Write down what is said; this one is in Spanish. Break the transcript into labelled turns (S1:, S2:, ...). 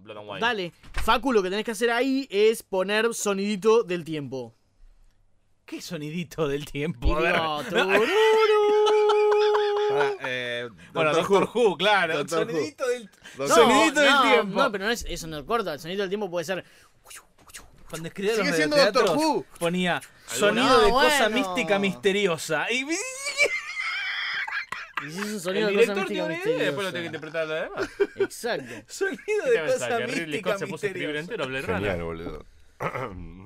S1: Blood and Wine.
S2: Dale. Facu, lo que tenés que hacer ahí es poner sonidito del tiempo.
S3: ¿Qué sonidito del tiempo? A ver.
S2: Digo, tururú.
S1: Pará, eh,
S3: Bueno,
S1: Doctor
S3: Ah, Doctor Who, claro.
S1: Doctor Who.
S3: sonidito del.
S1: Doctor-
S3: sonidito del
S2: no,
S3: tiempo.
S2: No, pero no es, eso no corta. El sonido del tiempo puede ser.
S3: Cuando escribía
S1: Sigue
S3: los
S1: siendo
S3: radioteatros,
S1: Doctor Who.
S3: Ponía
S1: Alguna-
S3: sonido
S2: No,
S3: de cosa
S2: bueno.
S3: mística misteriosa. Y
S2: y si es un
S1: El
S2: sonido de cosa
S1: director tiene
S2: mística
S1: una idea y después lo
S2: misteriosa.
S1: tiene que interpretar ¿eh? lo demás.
S2: Exacto.
S3: sonido
S1: ¿Qué te
S3: de
S1: pensás?
S3: cosa
S1: Que Ridley Scott
S3: mística
S1: se puso a escribir
S3: misteriosa.
S1: entero, Blade
S4: Genial,
S1: Runner.
S4: boludo.